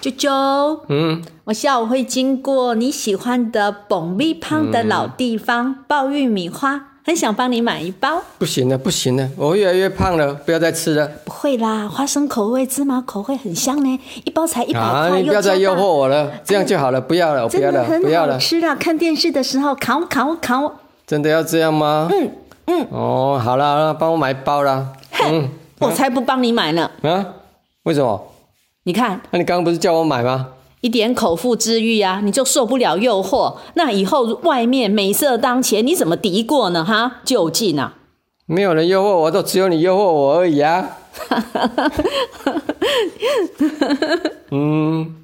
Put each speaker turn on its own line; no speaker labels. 啾啾，嗯，我下午会经过你喜欢的蹦米胖的老地方，爆玉米花，很想帮你买一包。
不行了，不行了，我越来越胖了，不要再吃了。
不会啦，花生口味、芝麻口味很香呢，一包才一百
啊，
块，
你不要再
加
诱
大嗯
惑我了，这样就好了，不要了，我不
真
要
的
了，不
很
要
好
了，
吃啦！看电视的时候，烤烤烤，
真的要这样吗？
嗯嗯，
哦，好啦，那帮我买一包啦。嗯
我才不帮你买呢！
啊，为什么？
你看，
那、你刚刚不是叫我买吗？
一点口腹之欲啊，你就受不了诱惑。那以后外面美色当前，你怎么敌过呢？哈，就近啊！
没有人诱惑我，都只有你诱惑我而已啊。嗯，